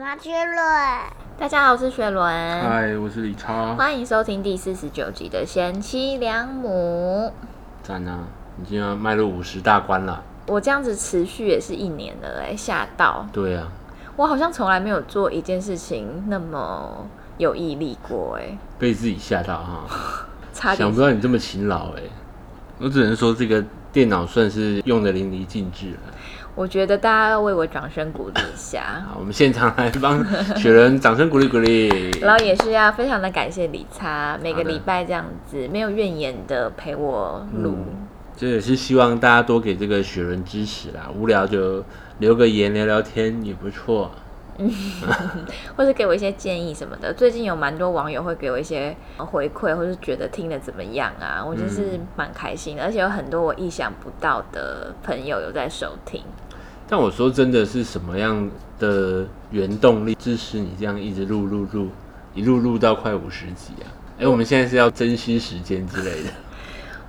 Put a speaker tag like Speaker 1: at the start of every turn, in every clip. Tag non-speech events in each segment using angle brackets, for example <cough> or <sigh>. Speaker 1: 妈薛伦，
Speaker 2: 大家好，我是雪伦，
Speaker 3: 嗨，我是李超。
Speaker 2: 欢迎收听第四十九集的贤妻良母。
Speaker 3: 赞啊！你今天迈入五十大关了。
Speaker 2: 我这样子持续也是一年了、哎，吓到
Speaker 3: 对啊，
Speaker 2: 我好像从来没有做一件事情那么有毅力过、
Speaker 3: 被自己吓到哈，
Speaker 2: 哎，差
Speaker 3: 想
Speaker 2: 点
Speaker 3: 不到你这么勤劳哎、我只能说这个电脑算是用的淋漓尽致了。
Speaker 2: 我觉得大家要为我掌声鼓励一下，
Speaker 3: <laughs> 好，我们现场来帮雪人掌声鼓励鼓励。
Speaker 2: 然后也是要非常的感谢理查，每个
Speaker 3: 好的
Speaker 2: 礼拜这样子没有怨言的陪我录。
Speaker 3: 嗯这也是希望大家多给这个雪人支持啦，无聊就留个言聊聊天也不错。
Speaker 2: 或是给我一些建议什么的。最近有蛮多网友会给我一些呃回馈，或是觉得听的怎么样啊，我就是蛮开心的，而且有很多我意想不到的朋友有在收听。
Speaker 3: 但我说真的是什么样的原动力支持你这样一直录录录，一路录到快五十集啊？哎、
Speaker 2: 嗯
Speaker 3: 我们现在是要珍惜时间之类的。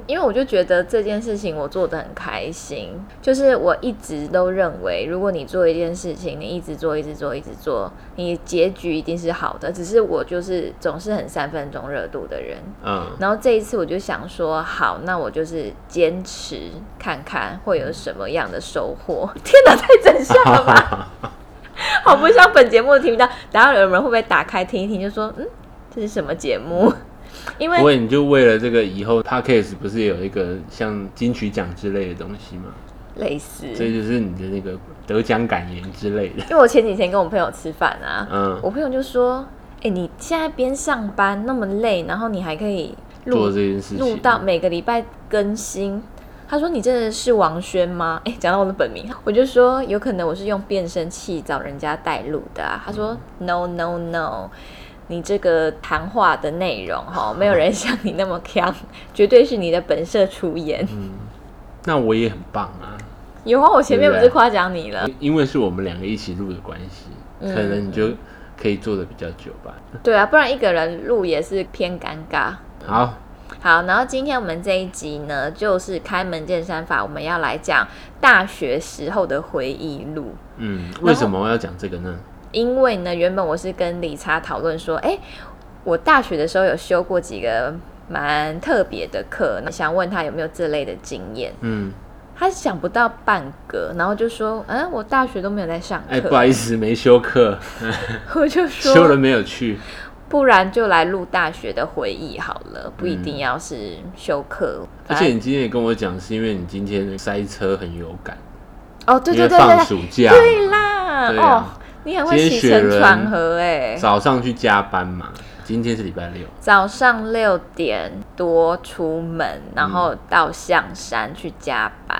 Speaker 2: 因为我就觉得这件事情我做的很开心，就是我一直都认为，如果你做一件事情，你一直做，一直做，一直做，你结局一定是好的。只是我就是总是很三分钟热度的人， <laughs>
Speaker 3: 嗯，
Speaker 2: 然后这一次我就想说，好，那我就是坚持看看会有什么样的收获。 <laughs> 天哪，太真相了
Speaker 3: <laughs>
Speaker 2: 吧！好不像本节目的听到，然后有人会不会打开听一听，就说，嗯，这是什么节
Speaker 3: <laughs>
Speaker 2: 目？因
Speaker 3: 不
Speaker 2: 为
Speaker 3: 过你就为了这个以后 podcast 不是有一个像金曲奖之类的东西吗？
Speaker 2: 类似，
Speaker 3: 这就是你的那个得奖感言之类的。
Speaker 2: 因为我前几天跟我朋友吃饭啊，
Speaker 3: 嗯
Speaker 2: 我朋友就说，哎、你现在边上班那么累，然后你还可以录
Speaker 3: 做这件事情
Speaker 2: 录到每个礼拜更新。他说：“你真的是王轩吗？”哎、讲到我的本名，我就说有可能我是用变声器找人家带路的、啊。他说、n o No No，你这个谈话的内容哈，没有人像你那么强， <laughs> 绝对是你的本色出演。
Speaker 3: 嗯那我也很棒啊，
Speaker 2: 有啊，我前面不
Speaker 3: 对
Speaker 2: 是
Speaker 3: 不对
Speaker 2: 夸奖你了？
Speaker 3: 因为是我们两个一起录的关系，
Speaker 2: 嗯
Speaker 3: 可能你就可以做的比较久吧。
Speaker 2: 对啊，不然一个人录也是偏尴尬。
Speaker 3: 好，
Speaker 2: 好，然后今天我们这一集呢，就是开门见山法，我们要来讲大学时候的回忆录。
Speaker 3: 嗯，为什么我要讲这个呢？
Speaker 2: 因为呢，原本我是跟理查讨论说，哎，我大学的时候有修过几个蛮特别的课，想问他有没有这类的经验。
Speaker 3: 嗯，
Speaker 2: 他想不到半个，然后就说，嗯，我大学都没有在上
Speaker 3: 哎，
Speaker 2: 课。
Speaker 3: 不好意思，没休课，
Speaker 2: 我就
Speaker 3: 休了
Speaker 2: 说，
Speaker 3: 没有去。
Speaker 2: 不然就来录大学的回忆好了，不一定要是修课。
Speaker 3: 嗯而
Speaker 2: 反
Speaker 3: 且
Speaker 2: 正
Speaker 3: 你今天也跟我讲，是因为你今天塞车很有感，
Speaker 2: 哦，对对对
Speaker 3: 因为
Speaker 2: 对
Speaker 3: 放
Speaker 2: 对
Speaker 3: 暑假，
Speaker 2: 对啦，
Speaker 3: 对
Speaker 2: 哦
Speaker 3: 啊，
Speaker 2: 你很会
Speaker 3: 今
Speaker 2: 起
Speaker 3: 天雪
Speaker 2: 承
Speaker 3: 人
Speaker 2: 转合哎、
Speaker 3: 早上去加班嘛。今天是礼拜六，
Speaker 2: 早上六点多出门，然后到象山去加班。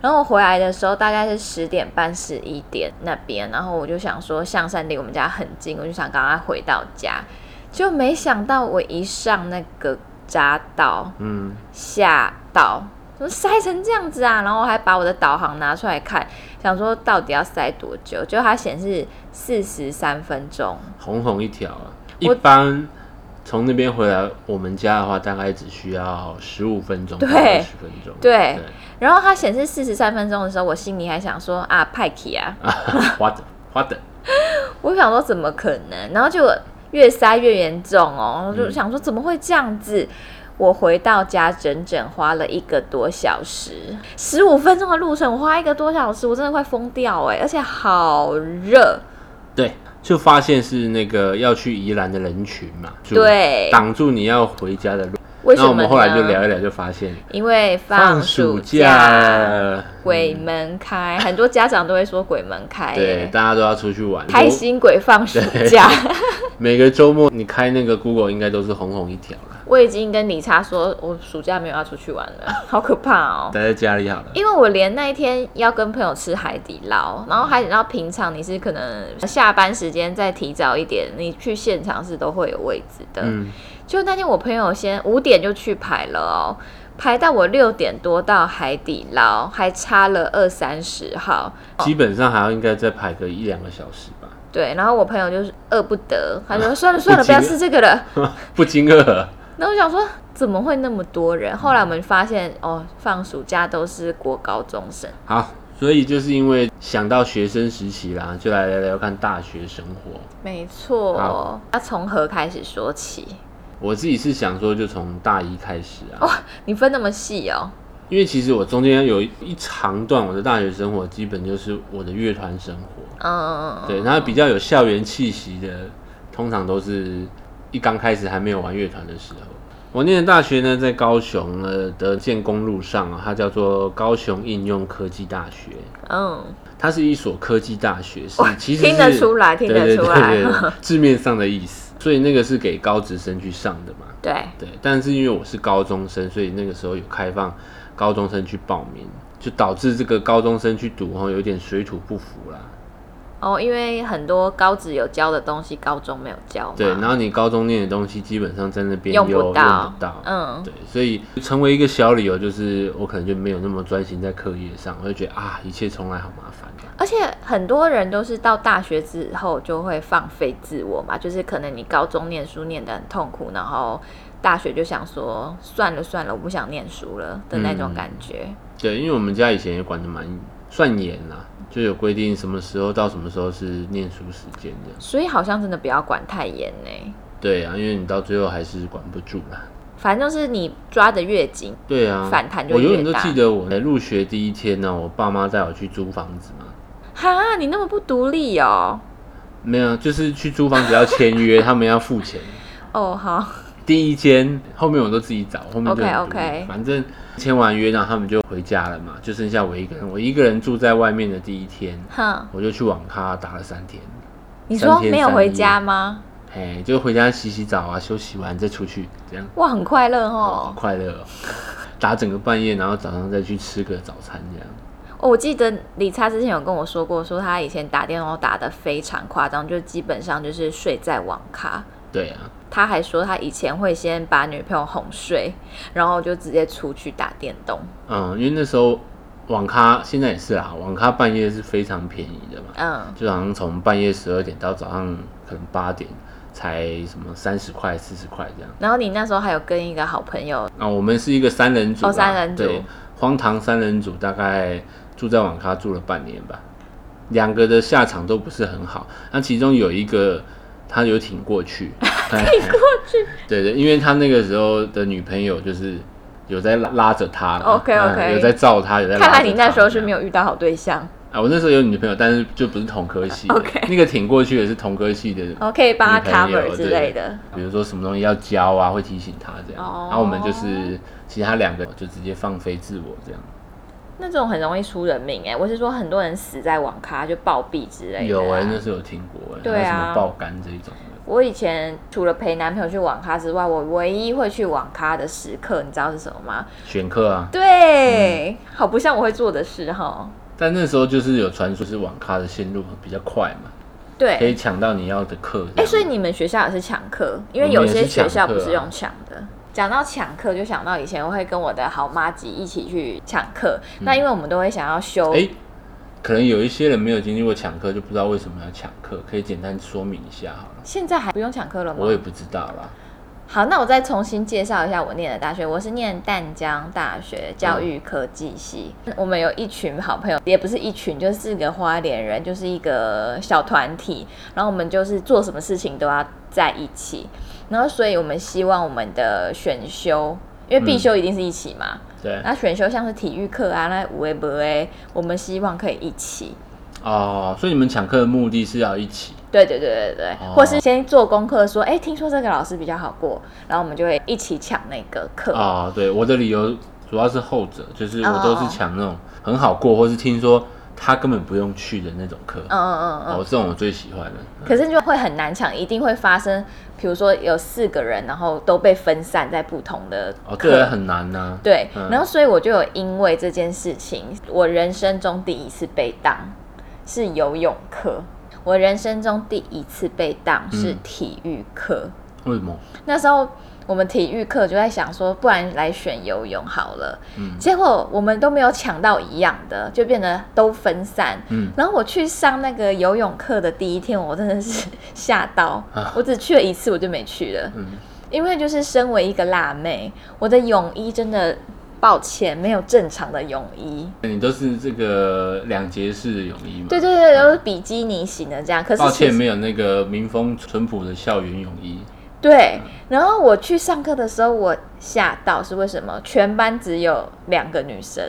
Speaker 2: 然后我回来的时候大概是十点半、十一点那边，然后我就想说象山离我们家很近，我就想赶快回到家，就没想到我一上那个匝道，
Speaker 3: 嗯，
Speaker 2: 吓到，怎么塞成这样子啊？然后我还把我的导航拿出来看，想说到底要塞多久？结果它显示四十三分钟，
Speaker 3: 红红一条啊。一
Speaker 2: 我
Speaker 3: 般从那边回来我们家的话，大概只需要十五分钟到
Speaker 2: 对
Speaker 3: 二十分钟。
Speaker 2: 对。然后它显示四十三分钟的时候，我心里还想说啊，派克啊，
Speaker 3: 花的花的，
Speaker 2: 我想说怎么可能？然后就越塞越严重
Speaker 3: 嗯
Speaker 2: 哦，我就想说怎么会这样子？我回到家整整花了一个多小时，十五分钟的路程，我花一个多小时，我真的快疯掉哎！而且好热，
Speaker 3: 对，就发现是那个要去宜兰的人群嘛，就
Speaker 2: 对
Speaker 3: 挡住你要回家的路。
Speaker 2: 为什
Speaker 3: 那
Speaker 2: 么
Speaker 3: 我们后来
Speaker 2: 呢
Speaker 3: 就聊一聊，就发现
Speaker 2: 因为放暑假，
Speaker 3: 假，
Speaker 2: 鬼门开，很多家长都会说鬼门开
Speaker 3: 对，
Speaker 2: 耶，
Speaker 3: 大家都要出去玩，
Speaker 2: 哎开心鬼放暑假。
Speaker 3: 每个周末你开那个 Google 应该都是红红一条了，
Speaker 2: 我已经跟理查说，我暑假没有要出去玩了， <laughs> 好可怕哦。
Speaker 3: 待在家里好了。
Speaker 2: 因为我连那一天要跟朋友吃海底捞，然后海底捞平常你是可能下班时间再提早一点，你去现场是都会有位置的。
Speaker 3: 嗯，
Speaker 2: 就那天我朋友先五点就去排了哦，排到我六点多到海底捞，还差了二三十号。
Speaker 3: 基本上还要应该再排个一两个小时吧，
Speaker 2: 对，然后我朋友就是饿不得，他说算了算了，
Speaker 3: 不
Speaker 2: 不要
Speaker 3: 急
Speaker 2: 吃这个了。
Speaker 3: <laughs> 不惊愕。
Speaker 2: 那我想说怎么会那么多人？后来我们发现哦，放暑假都是国高中生。
Speaker 3: 好，所以就是因为想到学生时期啦，就来聊聊看大学生活。
Speaker 2: 没错
Speaker 3: 好，
Speaker 2: 要从何开始说起？
Speaker 3: 我自己是想说，就从大一开始
Speaker 2: 哦
Speaker 3: 啊，
Speaker 2: 你分那么细哦，
Speaker 3: 因为其实我中间有一长段我的大学生活，基本就是我的乐团生活。
Speaker 2: 嗯，
Speaker 3: 对，然后比较有校园气息的，通常都是一刚开始还没有玩乐团的时候。我念的大学呢，在高雄呃的建工路上啊，它叫做高雄应用科技大学。
Speaker 2: 嗯，
Speaker 3: 它是一所科技大学，是其实
Speaker 2: 听得
Speaker 3: 是
Speaker 2: 出来
Speaker 3: 对
Speaker 2: 听得
Speaker 3: 对
Speaker 2: 出
Speaker 3: 对
Speaker 2: 来
Speaker 3: 对
Speaker 2: <laughs>
Speaker 3: 对字面上的意思。所以那个是给高职生去上的嘛，
Speaker 2: 对，
Speaker 3: 对。但是因为我是高中生，所以那个时候有开放高中生去报名，就导致这个高中生去读哦，有点水土不服啦。
Speaker 2: 哦，因为很多高职有教的东西，高中没有教嘛，
Speaker 3: 对，然后你高中念的东西基本上在那边
Speaker 2: 用
Speaker 3: 又
Speaker 2: 不
Speaker 3: 用不
Speaker 2: 到
Speaker 3: 到，
Speaker 2: 嗯
Speaker 3: 对，所以成为一个小理由就是我可能就没有那么专心在课业上，我就觉得啊，一切从来好麻烦。啊
Speaker 2: 而且很多人都是到大学之后就会放飞自我嘛，就是可能你高中念书念得很痛苦，然后大学就想说算了算了，我不想念书了的那
Speaker 3: 嗯
Speaker 2: 种感觉。
Speaker 3: 对，因为我们家以前也管得蛮算严啦、就有规定什么时候到什么时候是念书时间这样。
Speaker 2: 所以好像真的不要管太严呢、
Speaker 3: 对啊，因为你到最后还是管不住啦。
Speaker 2: 反正就是你抓得越紧，
Speaker 3: 对啊，
Speaker 2: 反弹就
Speaker 3: 我永
Speaker 2: 越
Speaker 3: 远都
Speaker 2: 大
Speaker 3: 记得我在入学第一天呢、我爸妈带我去租房子嘛。
Speaker 2: 哈，你那么不独立哦。
Speaker 3: 没有，啊就是去租房子要签约，他们要付钱。
Speaker 2: 哦，好，
Speaker 3: 第一间，后面我都自己找，后面就很
Speaker 2: OK，OK
Speaker 3: 独立反正签完约，然后他们就回家了嘛，就剩下我一个人。我一个人住在外面的第一天，
Speaker 2: 哼，
Speaker 3: 我就去网咖打了三天，
Speaker 2: 你说
Speaker 3: 三天
Speaker 2: 没有
Speaker 3: 三
Speaker 2: 回
Speaker 3: 夜
Speaker 2: 家吗？
Speaker 3: 哎，就回家洗洗澡啊，休息完再出去，这样
Speaker 2: 哇，很快乐
Speaker 3: 好
Speaker 2: 哦。
Speaker 3: 快乐、 <laughs> 哦。打整个半夜，然后早上再去吃个早餐，这样。
Speaker 2: 哦，我记得理查之前有跟我说过，说他以前打电话打得非常夸张，就基本上就是睡在网咖。
Speaker 3: 对啊，
Speaker 2: 他还说他以前会先把女朋友哄睡，然后就直接出去打电动。
Speaker 3: 嗯，因为那时候网咖现在也是啦，网咖半夜是非常便宜的嘛，
Speaker 2: 嗯，
Speaker 3: 就好像从半夜十二点到早上可能八点，才什么三十块、四十块这样。
Speaker 2: 然后你那时候还有跟一个好朋友，
Speaker 3: 啊，我们是一个三人组啦、
Speaker 2: 哦三人组
Speaker 3: 对，荒唐三人组，大概住在网咖住了半年吧，两个的下场都不是很好。那其中有一个他有挺
Speaker 2: <laughs>
Speaker 3: 过去，挺过去，对对，因为他那个时候的女朋友就是有在拉拉着他啦
Speaker 2: OK，OK
Speaker 3: 嗯有在罩他，有在拉着
Speaker 2: 看
Speaker 3: 他。
Speaker 2: 来你那时候是没
Speaker 3: 有
Speaker 2: 有遇到好对象。
Speaker 3: 啊，我那时候有女朋友，但是就不是同科系的
Speaker 2: OK
Speaker 3: 那个挺过去的是同科系的
Speaker 2: 哦，可以帮他
Speaker 3: 女朋友
Speaker 2: cover 之类的。
Speaker 3: 比如说什么东西要教啊，会提醒他这样。
Speaker 2: 哦
Speaker 3: 然后我们就是其他两个就直接放飞自我这样。
Speaker 2: 那种很容易出人命哎、我是说很多人死在网咖就暴毙之类的啊、
Speaker 3: 有哎、那时候有听过哎、
Speaker 2: 对啊
Speaker 3: 还有什么爆肝这一种的。
Speaker 2: 我以前除了陪男朋友去网咖之外，我唯一会去网咖的时刻，你知道是什么吗？
Speaker 3: 选课啊，
Speaker 2: 对，好不像我会做的事哈。
Speaker 3: 但那时候就是有传说是网咖的线路比较快嘛，可以
Speaker 2: 对，
Speaker 3: 抢到你要的课这样。
Speaker 2: 哎、所以你们学校也是抢课，因为
Speaker 3: 我
Speaker 2: 有
Speaker 3: 们也
Speaker 2: 些
Speaker 3: 是
Speaker 2: 学
Speaker 3: 啊抢课啊
Speaker 2: 校不是用抢的。讲到抢课，就想到以前我会跟我的好妈吉一起去抢课。
Speaker 3: 嗯
Speaker 2: 那因为我们都会想要休，
Speaker 3: 哎、可能有一些人没有经历过抢课，就不知道为什么要抢课，可以简单说明一下好了。
Speaker 2: 现在还不用抢课了吗？
Speaker 3: 我也不知道啦。
Speaker 2: 好，那我再重新介绍一下我念的大学，我是念淡江大学教育科技系。我们有一群好朋友，也不是一群，就是四个花莲人，就是一个小团体。然后我们就是做什么事情都要在一起。然后，所以我们希望我们的选修，因为必修一定是一起嘛。
Speaker 3: 对
Speaker 2: 那选修像是体育课啊，那五 A 不 A，我们希望可以一起。
Speaker 3: 哦，所以你们抢课的目的是要一起。
Speaker 2: 对对对对对，
Speaker 3: 哦
Speaker 2: 或是先做功课，说，哎，听说这个老师比较好过，然后我们就会一起抢那个课。
Speaker 3: <laughs> 啊、对，我的理由主要是后者，就是我都
Speaker 2: 哦
Speaker 3: 是抢那种很好过，或是听说他根本不用去的那种课。
Speaker 2: 嗯嗯嗯嗯。
Speaker 3: 哦，这种我最喜欢了。
Speaker 2: 可是就会很难抢，一定会发生，比如说有四个人，然后都被分散在不同的
Speaker 3: 哦，
Speaker 2: 课。
Speaker 3: 这个很难呐、
Speaker 2: 对
Speaker 3: 嗯
Speaker 2: 然后所以我就有因为这件事情，我人生中第一次被当是游泳课，我人生中第一次被当是
Speaker 3: 嗯
Speaker 2: 体育课。
Speaker 3: 为什么？
Speaker 2: 那时候我们体育课就在想说，不然来选游泳好了。
Speaker 3: 嗯
Speaker 2: 结果我们都没有抢到一样的，就变得都分散。
Speaker 3: 嗯
Speaker 2: 然后我去上那个游泳课的第一天，我真的是 <laughs> 吓到，
Speaker 3: 啊
Speaker 2: 我只去了一次我就没去了，
Speaker 3: 嗯，
Speaker 2: 因为就是身为一个辣妹，我的泳衣真的抱歉，没有正常的泳衣。
Speaker 3: 你都是这个两节式的泳衣嘛？
Speaker 2: 对对对，都是比基尼型的这样。可是
Speaker 3: 抱
Speaker 2: 其
Speaker 3: 歉，
Speaker 2: 实
Speaker 3: 没有那个民风淳朴的校园泳衣。
Speaker 2: 对，然后我去上课的时候，我吓到是为什么？全班只有两个女生，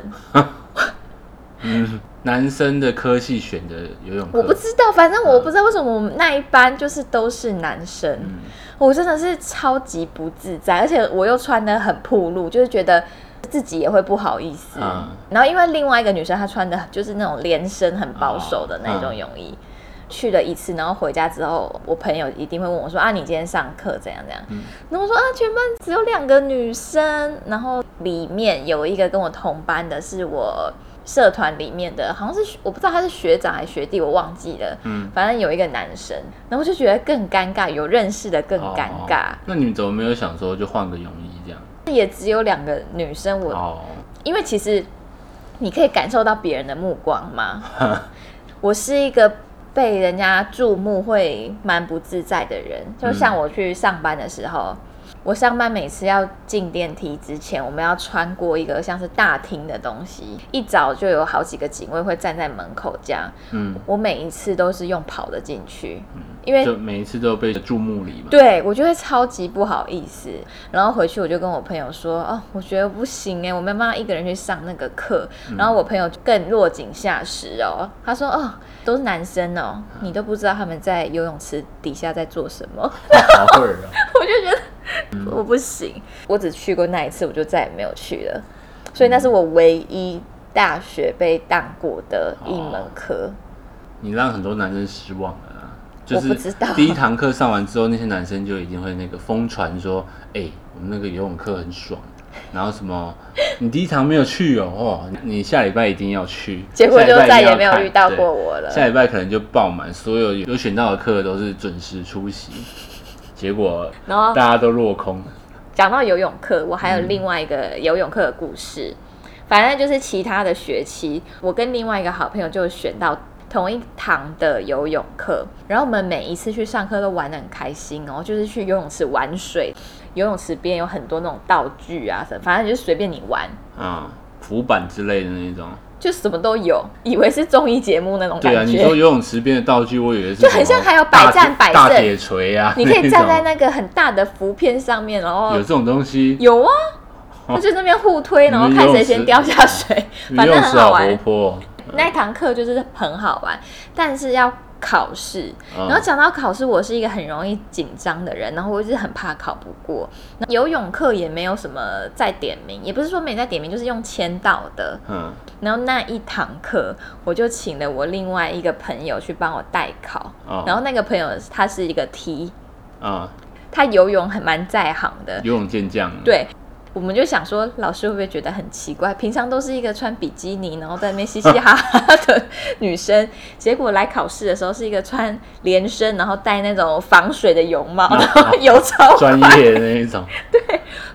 Speaker 3: 嗯，男生的科系选的游泳课，
Speaker 2: 我不知道，反正我不知道为什么我们那一班就是都是男生，
Speaker 3: 嗯
Speaker 2: 我真的是超级不自在，而且我又穿的很暴露，就是觉得自己也会不好意思。
Speaker 3: 嗯
Speaker 2: 然后因为另外一个女生她穿的就是那种连身很保守的那种泳衣。去了一次，然后回家之后，我朋友一定会问我说：“啊，你今天上课怎样怎样？”然后我说：“啊，全班只有两个女生，然后里面有一个跟我同班的，是我社团里面的，好像是学我不知道他是学长还是学弟，我忘记了。
Speaker 3: 嗯
Speaker 2: 反正有一个男生，然后我就觉得更尴尬，有认识的更尴尬
Speaker 3: 哦。那你们怎么没有想说就换个泳衣这样？
Speaker 2: 也只有两个女生，我、
Speaker 3: 哦，
Speaker 2: 因为其实你可以感受到别人的目光
Speaker 3: <laughs>
Speaker 2: 嘛。我是一个被人家注目会蛮不自在的人，就
Speaker 3: 嗯
Speaker 2: 像我去上班的时候，我上班每次要进电梯之前，我们要穿过一个像是大厅的东西，一早就有好几个警卫会站在门口这样。
Speaker 3: 嗯，
Speaker 2: 我每一次都是用跑的进去，因为
Speaker 3: 就每一次都有被注目礼嘛。
Speaker 2: 对我就会超级不好意思，然后回去我就跟我朋友说，哦，我觉得不行哎、我没办法一个人去上那个课。
Speaker 3: 嗯
Speaker 2: 然后我朋友就更落井下石哦，他说，哦，都是男生哦，
Speaker 3: 嗯
Speaker 2: 你都不知道他们在游泳池底下在做什么。
Speaker 3: 好会儿啊！
Speaker 2: 我就觉
Speaker 3: 嗯
Speaker 2: 得我不行，我只去过那一次，我就再也没有去了。所以那是我唯一大学被当过的一门课。
Speaker 3: 嗯你让很多男生失望了
Speaker 2: <laughs>
Speaker 3: 啊。就
Speaker 2: 我不
Speaker 3: 是
Speaker 2: 知道
Speaker 3: 第一堂课上完之后，那些男生就已经会那个疯传说，哎、我们那个游泳课很爽，然后什么，你第一堂没有去哦，哦，你下礼拜一定要去，
Speaker 2: 结果
Speaker 3: 下礼
Speaker 2: 就
Speaker 3: 拜一
Speaker 2: 再
Speaker 3: 定
Speaker 2: 也
Speaker 3: 要
Speaker 2: 没有
Speaker 3: 看
Speaker 2: 遇到
Speaker 3: 对
Speaker 2: 过我了。
Speaker 3: 下礼拜可能就爆满，所有有选到的课都是准时出席， <laughs> 结果
Speaker 2: 然后
Speaker 3: 大家都落空。
Speaker 2: 讲到游泳课，我还
Speaker 3: 嗯
Speaker 2: 有另外一个游泳课的故事。反正就是其他的学期，我跟另外一个好朋友就选到同一堂的游泳课，然后我们每一次去上课都玩的很开心哦，就是去游泳池玩水，游泳池边有很多那种道具啊什么，反正就是随便你玩，
Speaker 3: 啊、浮板之类的那种。
Speaker 2: 就什么都有，以为是综艺节目那种
Speaker 3: 对啊，
Speaker 2: 感
Speaker 3: 你说游
Speaker 2: 觉。
Speaker 3: 泳池边的道具，我以为是
Speaker 2: 就很
Speaker 3: 什
Speaker 2: 像
Speaker 3: 么
Speaker 2: 还有百
Speaker 3: 大铁
Speaker 2: 战百胜
Speaker 3: 大铁锤啊，
Speaker 2: 你可以站在
Speaker 3: 那
Speaker 2: 那个很大的浮片上面，然后
Speaker 3: <laughs> 种有哦这种东西。
Speaker 2: 哦有啊，他就在那边互推，然后看谁先掉下水，
Speaker 3: 你
Speaker 2: 反
Speaker 3: 游
Speaker 2: 正
Speaker 3: 泳
Speaker 2: 很
Speaker 3: 池好
Speaker 2: 玩
Speaker 3: 活。泼哦，
Speaker 2: 那一堂课就是很好玩，但是要考试。
Speaker 3: 嗯
Speaker 2: 然后讲到考试，我是一个很容易紧张的人，然后我一直很怕考不过。那游泳课也没有什么在点名，也不是说没在点名，就是用签到的。
Speaker 3: 嗯，
Speaker 2: 然后那一堂课，我就请了我另外一个朋友去帮我代考。
Speaker 3: 哦
Speaker 2: 然后那个朋友他是一个 T，
Speaker 3: 啊、
Speaker 2: 他游泳很蛮在行的，
Speaker 3: 游泳健将，，
Speaker 2: 对，我们就想说，老师会不会觉得很奇怪？平常都是一个穿比基尼，然后在那边嘻嘻哈哈的女生，结果来考试的时候是一个穿连身，然后戴那种防水的泳帽，然后游超
Speaker 3: 专业的那一种。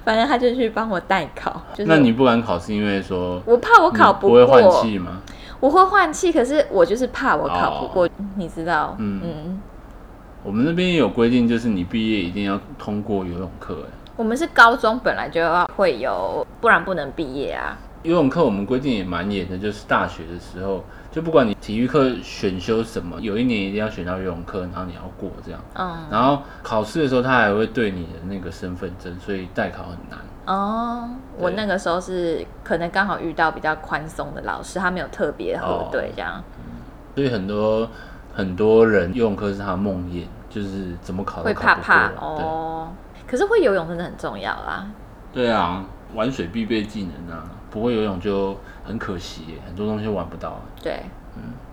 Speaker 2: 反正他就去帮我代考。 <laughs> 就是、
Speaker 3: 那你不敢考，是因为说
Speaker 2: 我怕我
Speaker 3: 你
Speaker 2: 考
Speaker 3: 不
Speaker 2: 过，
Speaker 3: 会换气吗？
Speaker 2: 我会换气，可是我就是怕我考不过，你知道？嗯
Speaker 3: 嗯
Speaker 2: 嗯，
Speaker 3: 我们那边也有规定，就是你毕业一定要通过游泳课。哎
Speaker 2: 我们是高中本来就要会有，不然不能毕业啊。
Speaker 3: 游泳课我们规定也蛮严的，就是大学的时候，就不管你体育课选修什么，有一年一定要选到游泳课，然后你要过这样。
Speaker 2: 嗯
Speaker 3: 然后考试的时候，他还会对你的那个身份证，所以代考很难。
Speaker 2: 哦，我
Speaker 3: 对
Speaker 2: 那个时候是可能刚好遇到比较宽松的老师，他没有特别
Speaker 3: 哦
Speaker 2: 核对这样，
Speaker 3: 所以很多很多人游泳课是他的梦魇，就是怎么考都
Speaker 2: 会
Speaker 3: 考
Speaker 2: 怕
Speaker 3: 不
Speaker 2: 怕
Speaker 3: 过啊。
Speaker 2: 哦。可是会游泳真的很重要啦，
Speaker 3: 对对啊，玩水必备技能啊，不会游泳就很可惜耶，很多东西玩不到啊。
Speaker 2: 对，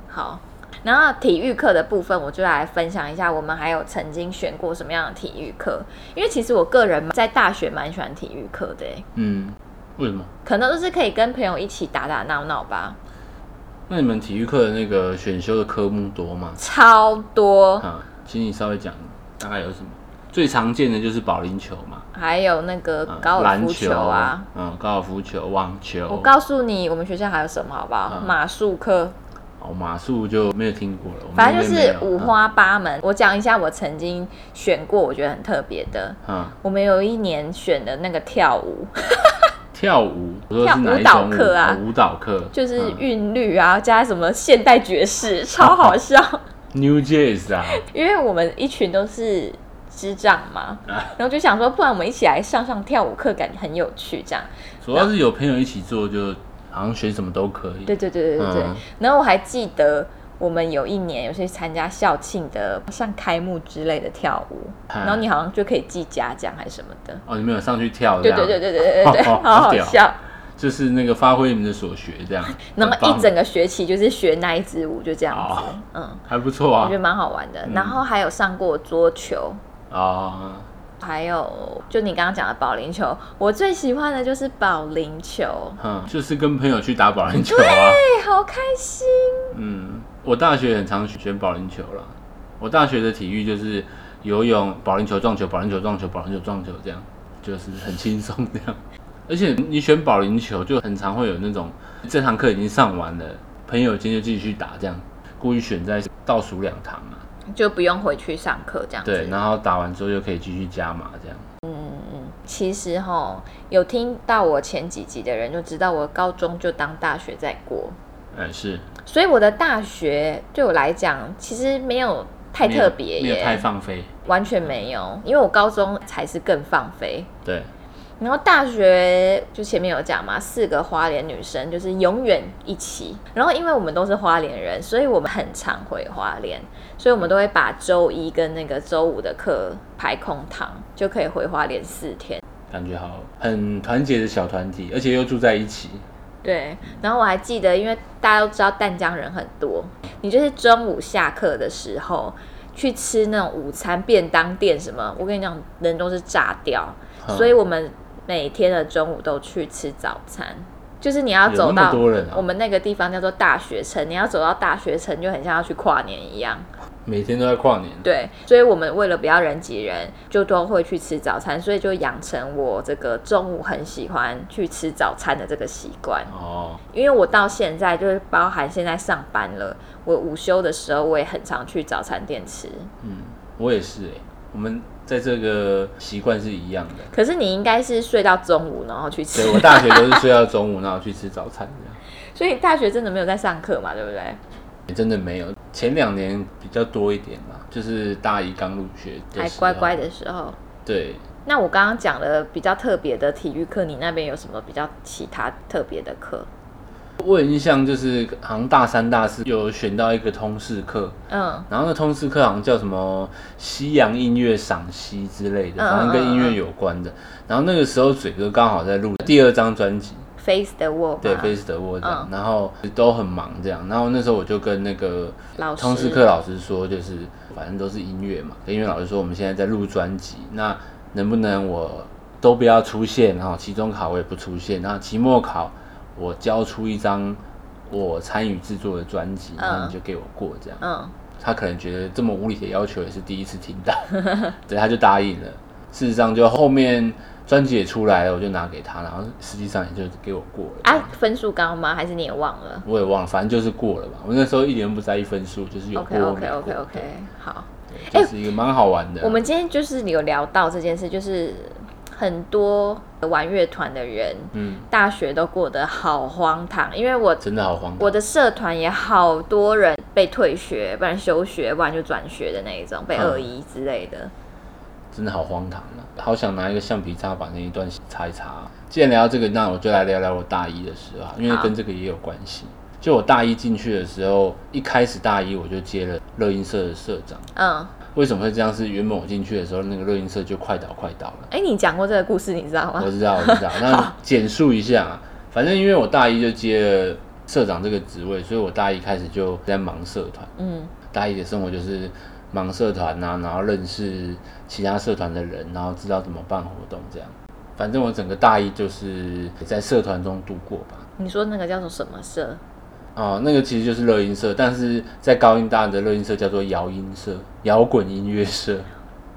Speaker 2: 好。然后体育课的部分，我就来分享一下，我们还有曾经选过什么样的体育课。因为其实我个人在大学蛮喜欢体育课的欸，
Speaker 3: 嗯，为什么？
Speaker 2: 可能就是可以跟朋友一起打打闹闹吧，
Speaker 3: 嗯那你们体育课的那个选修的科目多吗？
Speaker 2: 超多。
Speaker 3: 啊，请你稍微讲大概有什么？最常见的就是保龄球嘛，
Speaker 2: 还有那个
Speaker 3: 嗯
Speaker 2: 高尔
Speaker 3: 篮
Speaker 2: 夫球啊，，
Speaker 3: 嗯，高尔夫球、网球，
Speaker 2: 我告诉你，我们学校还有什么好不好？
Speaker 3: 嗯
Speaker 2: 马术课，
Speaker 3: 哦，马术就没有听过了，我们
Speaker 2: 反正就
Speaker 3: 那边
Speaker 2: 是
Speaker 3: 没有嗯
Speaker 2: 五，花八门。我讲一下我曾经选过，我觉得很特别的。
Speaker 3: 嗯，嗯
Speaker 2: 我们有一年选的那个跳舞，
Speaker 3: 跳舞，我说
Speaker 2: 跳
Speaker 3: 是哪
Speaker 2: 舞
Speaker 3: 一
Speaker 2: 蹈
Speaker 3: 种舞
Speaker 2: 课啊
Speaker 3: 哦舞蹈课
Speaker 2: 就是
Speaker 3: 嗯
Speaker 2: 韵律啊，加什么现代爵士，超
Speaker 3: <laughs>
Speaker 2: 好笑。
Speaker 3: New
Speaker 2: <laughs>
Speaker 3: Jazz 啊，
Speaker 2: 因为我们一群都是智障嘛，
Speaker 3: 啊
Speaker 2: 然后就想说，不然我们一起来上上跳舞课，感觉很有趣。这样，
Speaker 3: 主要是有朋友一起做，就好像学什么都可以。
Speaker 2: 对对对对对对。
Speaker 3: 嗯
Speaker 2: 然后我还记得。我们有一年有去参加校庆的，像开幕之类的跳舞，
Speaker 3: 嗯
Speaker 2: 然后你好像就可以记嘉奖还是什么的，
Speaker 3: 哦，你们有上去跳这
Speaker 2: 对
Speaker 3: 样，
Speaker 2: 对对对对对对对，
Speaker 3: 好
Speaker 2: 好好
Speaker 3: 屌
Speaker 2: 笑。
Speaker 3: 就是那个发挥你们的所学这样。
Speaker 2: <laughs> 那么
Speaker 3: 很棒
Speaker 2: 一整个学期就是学那一支舞，就这样子
Speaker 3: 哦，
Speaker 2: 嗯，
Speaker 3: 还不错
Speaker 2: 我
Speaker 3: 啊
Speaker 2: 觉得蛮好玩的。然后还有上过桌球，
Speaker 3: 啊，
Speaker 2: 还有就你刚刚讲的保龄球，我最喜欢的就是保龄球，
Speaker 3: 嗯，就是跟朋友去打保龄球啊。
Speaker 2: 哎，好开心！
Speaker 3: 嗯，我大学很常选保龄球啦。我大学的体育就是游泳、保龄球、撞球、保龄球、撞球、保龄球、撞球，这样就是很轻松这样。而且你选保龄球，就很常会有那种这堂课已经上完了，朋友今天就继续打这样，故意选在倒数两堂啊。
Speaker 2: 就不用回去上课这样
Speaker 3: 对，
Speaker 2: 子。
Speaker 3: 然后打完之后就可以继续加码这样。
Speaker 2: 其实哈，有听到我前几集的人就知道，我高中就当大学在过，
Speaker 3: 嗯，是
Speaker 2: 所以我的大学对我来讲其实没有太
Speaker 3: 没有
Speaker 2: 特别
Speaker 3: 没有太
Speaker 2: 耶，
Speaker 3: 放飞。
Speaker 2: 完全没有，因为我高中才是更放飞。
Speaker 3: 对，
Speaker 2: 然后大学就前面有讲嘛，四个花莲女生就是永远一起。然后因为我们都是花莲人，所以我们很常回花莲，所以我们都会把周一跟那个周五的课排空堂，就可以回花莲四天。
Speaker 3: 感觉好很团结的小团体，而且又住在一起。
Speaker 2: 对，然后我还记得，因为大家都知道淡江人很多，你就是中午下课的时候去吃那种午餐便当店什么，我跟你讲，人都是炸掉，
Speaker 3: 嗯
Speaker 2: 所以我们每天的中午都去吃早餐。就是你要走
Speaker 3: 有那
Speaker 2: 到
Speaker 3: 么多人啊
Speaker 2: 我们那个地方叫做大学城，你要走到大学城就很像要去跨年一样。
Speaker 3: 每天都在跨年。
Speaker 2: 对，所以我们为了不要人挤人，就都会去吃早餐，所以就养成我这个中午很喜欢去吃早餐的这个习惯。
Speaker 3: 哦，
Speaker 2: 因为我到现在就是包含现在上班了，我午休的时候我也很常去早餐店吃。
Speaker 3: 嗯，我也是哎、我们在这个习惯是一样的。
Speaker 2: 可是你应该是睡到中午然后去吃
Speaker 3: 对，我，大学都是睡到中午，然后去吃早餐这样。
Speaker 2: <laughs> 所以你大学真的没有在上课嘛，对不对？
Speaker 3: 也真的没有，前两年比较多一点啦，就是大一刚入学的时候
Speaker 2: 还哎乖乖。的时候。
Speaker 3: 对，
Speaker 2: 那我刚刚讲的比较特别的体育课，你那边有什么比较其他特别的课？
Speaker 3: 我有印象就是好像大三、大四有选到一个通识课，
Speaker 2: 嗯，
Speaker 3: 然后那通识课好像叫什么西洋音乐赏析之类的，
Speaker 2: 嗯
Speaker 3: 反正跟
Speaker 2: 嗯
Speaker 3: 音
Speaker 2: 嗯
Speaker 3: 乐有关的。然后那个时候嘴哥刚好在录第二张专辑，
Speaker 2: Face the Wall
Speaker 3: 对，
Speaker 2: 嘛
Speaker 3: 菲斯德沃这样
Speaker 2: 嗯，
Speaker 3: 然后都很忙这样，然后那时候我就跟那个
Speaker 2: 老师
Speaker 3: 通识课老啊师说，就是反正都是音乐嘛，音乐老师说我们现在在录专辑，那能不能我都不要出现，然后期中考我也不出现，然后期末考我交出一张我参与制作的专辑，
Speaker 2: 嗯
Speaker 3: 然后你就给我过这样。
Speaker 2: 嗯，
Speaker 3: 他可能觉得这么无理的要求也是第一次听到， <laughs> 对，他就答应了。事实上，就后面专辑也出来了，我就拿给他，然后实际上也就给我过了。
Speaker 2: 啊，分数高吗？还是你也忘了
Speaker 3: 我也忘了，反正就是过了吧。我那时候一点都不在意分数，就是有过
Speaker 2: ？OK
Speaker 3: 没
Speaker 2: OK
Speaker 3: 过
Speaker 2: OK OK，好。
Speaker 3: 对就是一个蛮好玩的。啊
Speaker 2: 我们今天就是有聊到这件事，就是很多玩乐团的人，
Speaker 3: 嗯，
Speaker 2: 大学都过得好荒唐，因为我
Speaker 3: 真的好荒唐
Speaker 2: 我。的社团也好多人被退学，不然休学，不然就转学的那一种，被
Speaker 3: 嗯
Speaker 2: 二一之类的。
Speaker 3: 真的好荒唐啊！好想拿一个橡皮擦把那一段擦一擦啊。既然聊到这个，那我就来聊聊我大一的时候啊，因为
Speaker 2: 好
Speaker 3: 跟这个也有关系。就我大一进去的时候，一开始大一我就接了乐音社的社长。
Speaker 2: 嗯，
Speaker 3: 为什么会这样？是原本我进去的时候，那个乐音社就快倒快倒了。
Speaker 2: 哎、你讲过这个故事，你知道吗
Speaker 3: 我？知道，我
Speaker 2: <laughs>
Speaker 3: 知道。那简述一下啊，反正因为我大一就接了社长这个职位，所以我大一开始就在忙社团。
Speaker 2: 嗯
Speaker 3: 大一的生活就是忙社团啊，然后认识其他社团的人，然后知道怎么办活动这样。反正我整个大一就是在社团中度过吧。
Speaker 2: 你说那个叫做什么社？
Speaker 3: 哦，那个其实就是乐音社，但是在高音大的乐音社叫做摇音社，摇滚音乐社，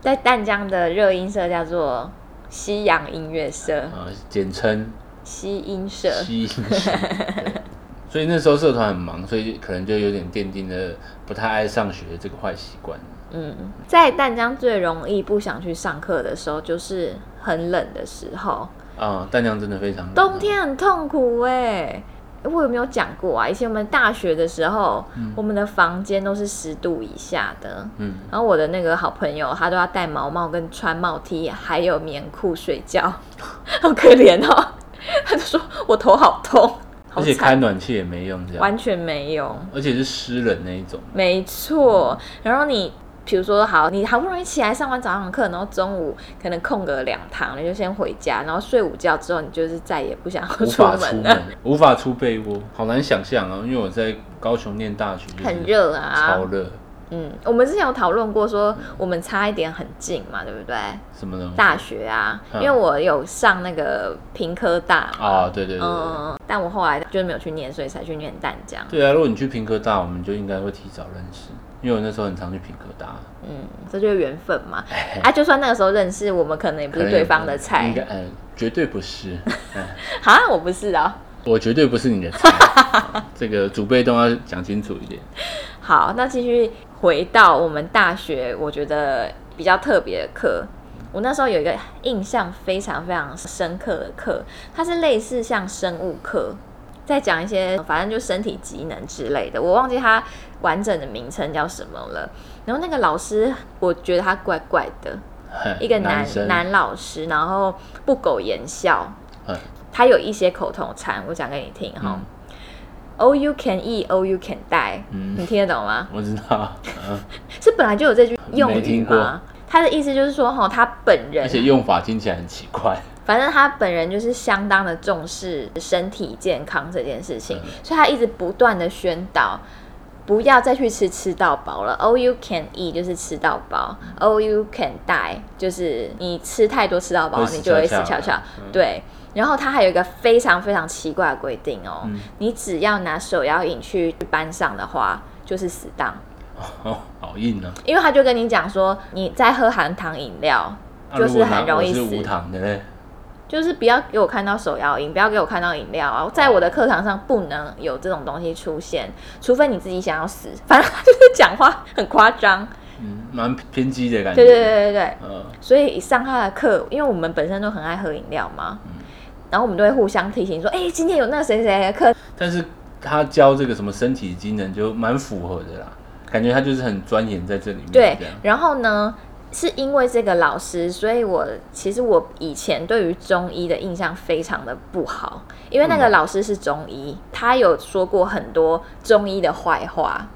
Speaker 2: 在淡江的热音社叫做西洋音乐社、
Speaker 3: 呃，简称
Speaker 2: 西音社。
Speaker 3: 吸引型。对所以那时候社团很忙，所以可能就有点奠定了不太爱上学这个坏习惯。
Speaker 2: 嗯，在淡江最容易不想去上课的时候，就是很冷的时候，
Speaker 3: 啊、蛋量真的非常难
Speaker 2: 冬天很痛苦哎、我有没有讲过啊？以前我们大学的时候，我们的房间都是十度以下的。
Speaker 3: 嗯，
Speaker 2: 然后我的那个好朋友，他都要戴毛帽、跟穿帽 T，还有棉裤睡觉， <laughs> 好可怜哦。 <laughs> 他就说我头好痛，好
Speaker 3: <laughs> 而且
Speaker 2: 惨，
Speaker 3: 开暖气也没用，这样，
Speaker 2: 完全没用。
Speaker 3: 而且是湿冷那一种，
Speaker 2: 没错，然后你比如说好，你好不容易起来上完早上课，然后中午可能空个两堂，你就先回家，然后睡午觉之后，你就是再也不想要
Speaker 3: <laughs> 无
Speaker 2: 出
Speaker 3: 法出
Speaker 2: 门了，
Speaker 3: 门，无法出被窝，好难想象哦。因为我在高雄念大学，就是
Speaker 2: <laughs> 很热啊，
Speaker 3: 超热，
Speaker 2: 嗯，我们之前有讨论过，说我们差一点很近嘛，对不对？
Speaker 3: 什么东西
Speaker 2: 大学啊，因
Speaker 3: 嗯
Speaker 2: 为我有上那个平科大，
Speaker 3: 啊？对对对对
Speaker 2: 嗯，但我后来就是没有去念，所以才去念淡江。
Speaker 3: 对啊！如果你去平科大，我们就应该会提早认识，因为我那时候很常去平科大，
Speaker 2: 嗯，这就是缘分嘛。啊，就算那个时候认识，我们可能也不
Speaker 3: 哎可能
Speaker 2: 是
Speaker 3: 也
Speaker 2: 对方的菜
Speaker 3: 应该。嗯、绝对不是， <laughs> 哎
Speaker 2: 哈，我不是啊。
Speaker 3: 我绝对不是你的菜，
Speaker 2: <laughs>
Speaker 3: 啊这个主被动要讲清楚一点。
Speaker 2: 好，那继续回到我们大学，我觉得比较特别的课。我那时候有一个印象非常非常深刻的课，它是类似像生物课，在讲一些反正就身体机能之类的，我忘记它完整的名称叫什么了。然后那个老师，我觉得他怪怪的，
Speaker 3: 嘿
Speaker 2: 一个男
Speaker 3: 哎男生，
Speaker 2: 男老师，然后不苟言笑，
Speaker 3: 嗯
Speaker 2: 他有一些口头禅，我讲给你听哈。
Speaker 3: 嗯
Speaker 2: O you can eat, O you can die，、
Speaker 3: 嗯
Speaker 2: 你听得懂吗？
Speaker 3: 我知道，嗯，
Speaker 2: 是本来就有这句用
Speaker 3: 没
Speaker 2: 语
Speaker 3: 听过
Speaker 2: 吗？他的意思就是说，哈，他本
Speaker 3: 而
Speaker 2: 人，
Speaker 3: 且用法听起来很奇怪， <laughs>
Speaker 2: 反正他本人就是相当的重视身体健康这件事情，
Speaker 3: 嗯
Speaker 2: 所以他一直不断的宣导，不要再去吃吃到饱了。All you can eat 就是吃到饱，All you can die 就是你吃太多吃到饱，
Speaker 3: 会死
Speaker 2: 你就会死
Speaker 3: 翘嗯
Speaker 2: 翘
Speaker 3: 翘
Speaker 2: 翘。对，然后他还有一个非常非常奇怪的规定哦，
Speaker 3: 嗯
Speaker 2: 你只要拿手摇饮去班上的话，就是死当。
Speaker 3: 哦，好硬啊！
Speaker 2: 因为他就跟你讲说，你在喝含糖饮料，
Speaker 3: 啊
Speaker 2: 就是
Speaker 3: 如果拿
Speaker 2: 很容易
Speaker 3: 我是
Speaker 2: 死
Speaker 3: 无糖的嘞，
Speaker 2: 就是不要给我看到手摇饮，不要给我看到饮料啊，在我的课堂上不能有这种东西出现，除非你自己想要死。反正他就是讲话很夸张，
Speaker 3: 嗯，蛮偏激的感觉。
Speaker 2: 对对对对对对。
Speaker 3: 呃，
Speaker 2: 所以上他的课，因为我们本身都很爱喝饮料嘛，然后我们都会互相提醒说，哎、今天有那个谁谁谁的课，
Speaker 3: 但是他教这个什么身体机能就蛮符合的啦，感觉他就是很钻研在这里面。
Speaker 2: 对
Speaker 3: 嗯这样，
Speaker 2: 然后呢，是因为这个老师，所以我其实我以前对于中医的印象非常的不好，因为那个
Speaker 3: 嗯
Speaker 2: 老师是中医，他有说过很多中医的坏话，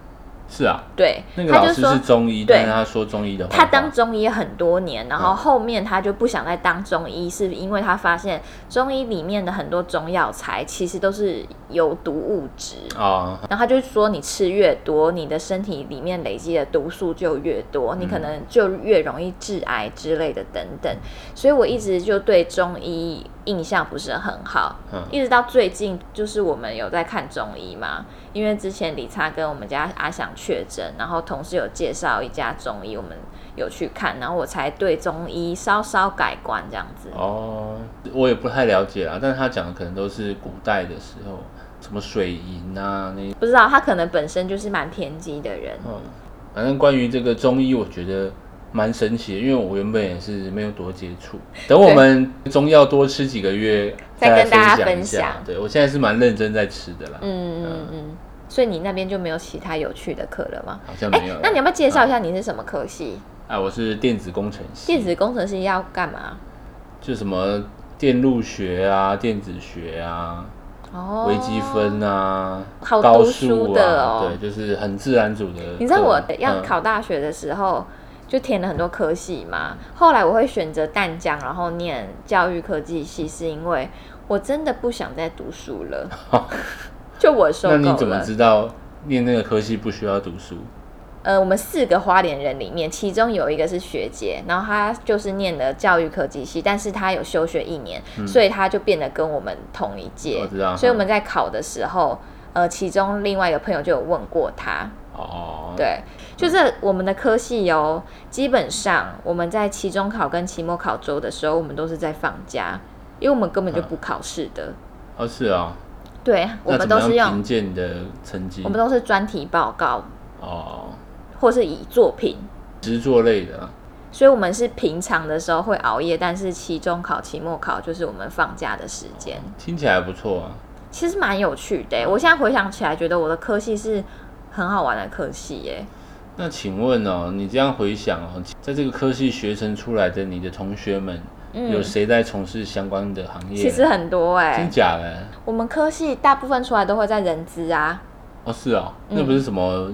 Speaker 3: 是啊，
Speaker 2: 对，
Speaker 3: 那个
Speaker 2: 他
Speaker 3: 老
Speaker 2: 就
Speaker 3: 师
Speaker 2: 说
Speaker 3: 是。中医，
Speaker 2: 对
Speaker 3: 但是他说中医的话，
Speaker 2: 他当中医很多年，然后
Speaker 3: 嗯
Speaker 2: 后面他就不想再当中医，是因为他发现中医里面的很多中药材其实都是有毒物质。
Speaker 3: 啊，
Speaker 2: 然后他就说，你吃越多，你的身体里面累积的毒素就越多，你可能就越容易致癌之类的等等。所以我一直就对中医印象不是很好，
Speaker 3: 嗯
Speaker 2: 一直到最近，就是我们有在看中医嘛，因为之前李查跟我们家阿翔确诊，然后同事有介绍一家中医，我们有去看，然后我才对中医稍稍改观这样子。
Speaker 3: 哦，我也不太了解啦，但是他讲的可能都是古代的时候，什么水银啊那，
Speaker 2: 不知道他可能本身就是蛮偏激的人，
Speaker 3: 嗯，反正关于这个中医，我觉得。蛮神奇的，因为我原本也是没有多接触。等我们中药多吃几个月，
Speaker 2: 再
Speaker 3: 来
Speaker 2: 跟大家
Speaker 3: 分
Speaker 2: 分
Speaker 3: 一
Speaker 2: 享
Speaker 3: 下。对我现在是蛮认真在吃的啦，
Speaker 2: 嗯嗯嗯，所以你那边就没有其他有趣的课了吗？
Speaker 3: 好像
Speaker 2: 哎、
Speaker 3: 没有啦。
Speaker 2: 那你要不要介绍一下你是什么科系？
Speaker 3: 啊，我是电子工程系，
Speaker 2: 电子工程系要干嘛？
Speaker 3: 就什么电路学啊、电子学啊、
Speaker 2: 哦，
Speaker 3: 微积分啊、
Speaker 2: 好
Speaker 3: 高
Speaker 2: 读
Speaker 3: 数
Speaker 2: 书
Speaker 3: 啊，
Speaker 2: 的哦
Speaker 3: 对，就是很自然组的。
Speaker 2: 你知道我要
Speaker 3: 嗯
Speaker 2: 考大学的时候，就填了很多科系嘛。后来我会选择淡江，然后念教育科技系，是因为我真的不想再读书
Speaker 3: <laughs>
Speaker 2: 了，就我受
Speaker 3: 那你
Speaker 2: 够
Speaker 3: 怎么
Speaker 2: 了。
Speaker 3: 知道念那个科系不需要读书？
Speaker 2: 呃，我们四个花莲人里面，其中有一个是学姐，然后她就是念的教育科技系，但是她有休学一年，所以她就变得跟我们同一届
Speaker 3: 我嗯哦知道。嗯
Speaker 2: 所以我们在考的时候，呃，其中另外一个朋友就有问过她，
Speaker 3: 哦，，
Speaker 2: 对，就是我们的科系哦，基本上我们在期中考跟期末考周的时候，我们都是在放假，因为我们根本就不考试的。
Speaker 3: 哦是啊、
Speaker 2: 对，我
Speaker 3: 那
Speaker 2: 们
Speaker 3: 怎
Speaker 2: 都
Speaker 3: 么
Speaker 2: 是
Speaker 3: 样评
Speaker 2: 用，
Speaker 3: 鉴你的成绩
Speaker 2: 我？们都是专题报告
Speaker 3: 哦，
Speaker 2: 或是以作品。
Speaker 3: 实作类的啊，
Speaker 2: 所以我们是平常的时候会熬夜，但是期中考、期末考就是我们放假的时间，
Speaker 3: 听起来不错啊。
Speaker 2: 其实蛮有趣的欸。我现在回想起来，觉得我的科系是很好玩的科系耶。
Speaker 3: 那请问哦，你这样回想哦，在这个科系学成出来的你的同学们，有谁在从事相关的行
Speaker 2: 嗯
Speaker 3: 业？
Speaker 2: 其实很多哎、
Speaker 3: 真假的
Speaker 2: 我们科系大部分出来都会在人资啊、
Speaker 3: 哦，是哦，
Speaker 2: 嗯
Speaker 3: 那不是什么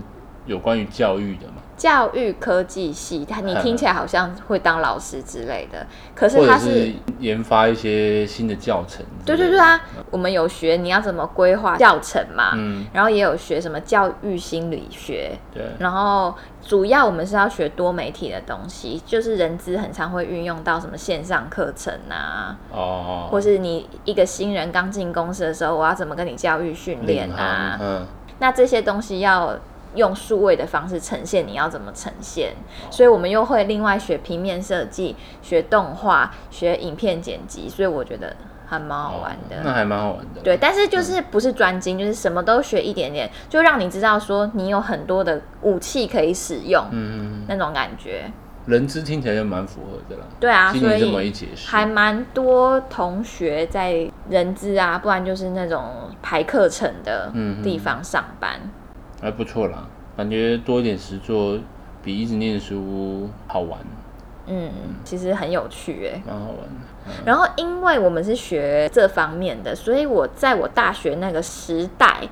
Speaker 3: 有关于教育的嘛？
Speaker 2: 教育科技系，它你
Speaker 3: 嗯
Speaker 2: 听起来好像会当老师之类的，可是
Speaker 3: 或
Speaker 2: 它
Speaker 3: 者
Speaker 2: 是
Speaker 3: 是研发一些新的教程？
Speaker 2: 对对对，啊，我们有学你要怎么规划教程嘛，
Speaker 3: 嗯，
Speaker 2: 然后也有学什么教育心理学，
Speaker 3: 对，
Speaker 2: 然后主要我们是要学多媒体的东西，就是人资很常会运用到什么线上课程啊，
Speaker 3: 哦，
Speaker 2: 或是你一个新人刚进公司的时候，我要怎么跟你教育训练
Speaker 3: 领航
Speaker 2: 啊，
Speaker 3: 嗯，
Speaker 2: 那这些东西要。用数位的方式呈现，你要怎么呈现？
Speaker 3: 哦
Speaker 2: 所以我们又会另外学平面设计、学动画、学影片剪辑，所以我觉得还蛮好玩的。
Speaker 3: 哦那还嗯蛮好玩的。
Speaker 2: 对，，但是就是不是专精，就是什么都学一点点，就让你知道说你有很多的武器可以使用、
Speaker 3: 嗯，
Speaker 2: 那种感觉。
Speaker 3: 人资听起来就蛮符合的啦。
Speaker 2: 对啊，
Speaker 3: 听
Speaker 2: 所
Speaker 3: 你这么一
Speaker 2: 以
Speaker 3: 解释，
Speaker 2: 还蛮多同学在人资啊，不然就是那种排课程的
Speaker 3: 嗯嗯
Speaker 2: 地方上班。
Speaker 3: 还哎不错啦，感觉多一点实做比一直念书好玩，
Speaker 2: 嗯，其实很有趣诶、
Speaker 3: 蛮好玩的。嗯
Speaker 2: 然后，因为我们是学这方面的，所以我在我大学那个时代，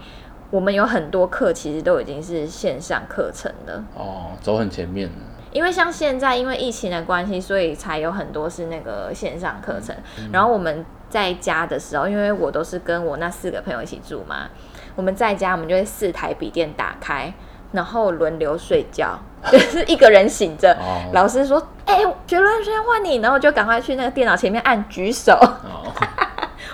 Speaker 2: 我们有很多课其实都已经是线上课程了。
Speaker 3: 哦，走很前面了。
Speaker 2: 因为像现在因为疫情的关系，所以才有很多是那个线上课程。然后我们在家的时候，因为我都是跟我那四个朋友一起住嘛，我们在家我们就会四台笔电打开，然后轮流睡觉， <laughs> 就是一个人醒着。
Speaker 3: 哦，
Speaker 2: 老师说：“哎、学伦学伦换你。”然后我就赶快去那个电脑前面按举手，
Speaker 3: 哦，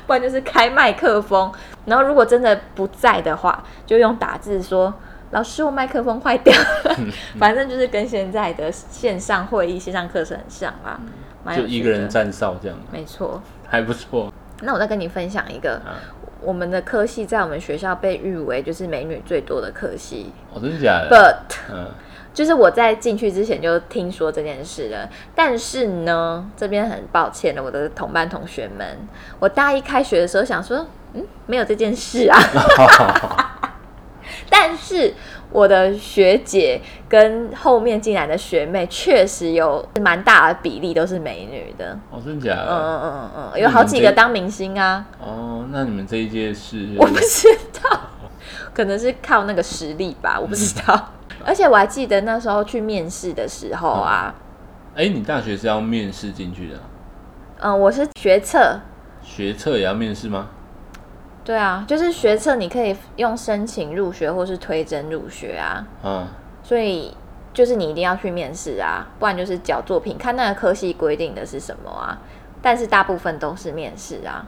Speaker 2: 不然就是开麦克风。然后如果真的不在的话，就用打字说：“老师，我麦克风坏掉
Speaker 3: <laughs>
Speaker 2: 了。”反正就是跟现在的线上会议、线上课程很像啦，蛮有
Speaker 3: 就
Speaker 2: 趣的
Speaker 3: 一个人，站哨这样， <laughs>
Speaker 2: 没错。
Speaker 3: 还不错
Speaker 2: 那我再跟你分享一个，
Speaker 3: 啊。
Speaker 2: 我们的科系在我们学校被誉为就是美女最多的科系
Speaker 3: 哦，真的假的？
Speaker 2: ，but <laughs>
Speaker 3: 嗯，
Speaker 2: 就是我在进去之前就听说这件事了，但是呢，这边很抱歉了，我的同班同学们，我大一开学的时候想说，嗯，没有这件事啊，但是我的学姐跟后面进来的学妹确实有蛮大的比例都是美女的，
Speaker 3: 哦，真的假
Speaker 2: 嗯
Speaker 3: 的？
Speaker 2: 嗯嗯嗯嗯，有好几个当明星啊，
Speaker 3: 哦，那你们这一届是
Speaker 2: <laughs> 我不知道，可能是靠那个实力吧，我不知道。而且我还记得那时候去面试的时候啊。
Speaker 3: 哎，你大学是要面试进去的啊，
Speaker 2: 嗯，我是学测，
Speaker 3: 学测也要面试吗？
Speaker 2: 对啊，就是学测，你可以用申请入学或是推甄入学啊，
Speaker 3: 啊，
Speaker 2: 所以就是你一定要去面试啊，不然就是交作品，看那个科系规定的是什么啊。但是大部分都是面试啊。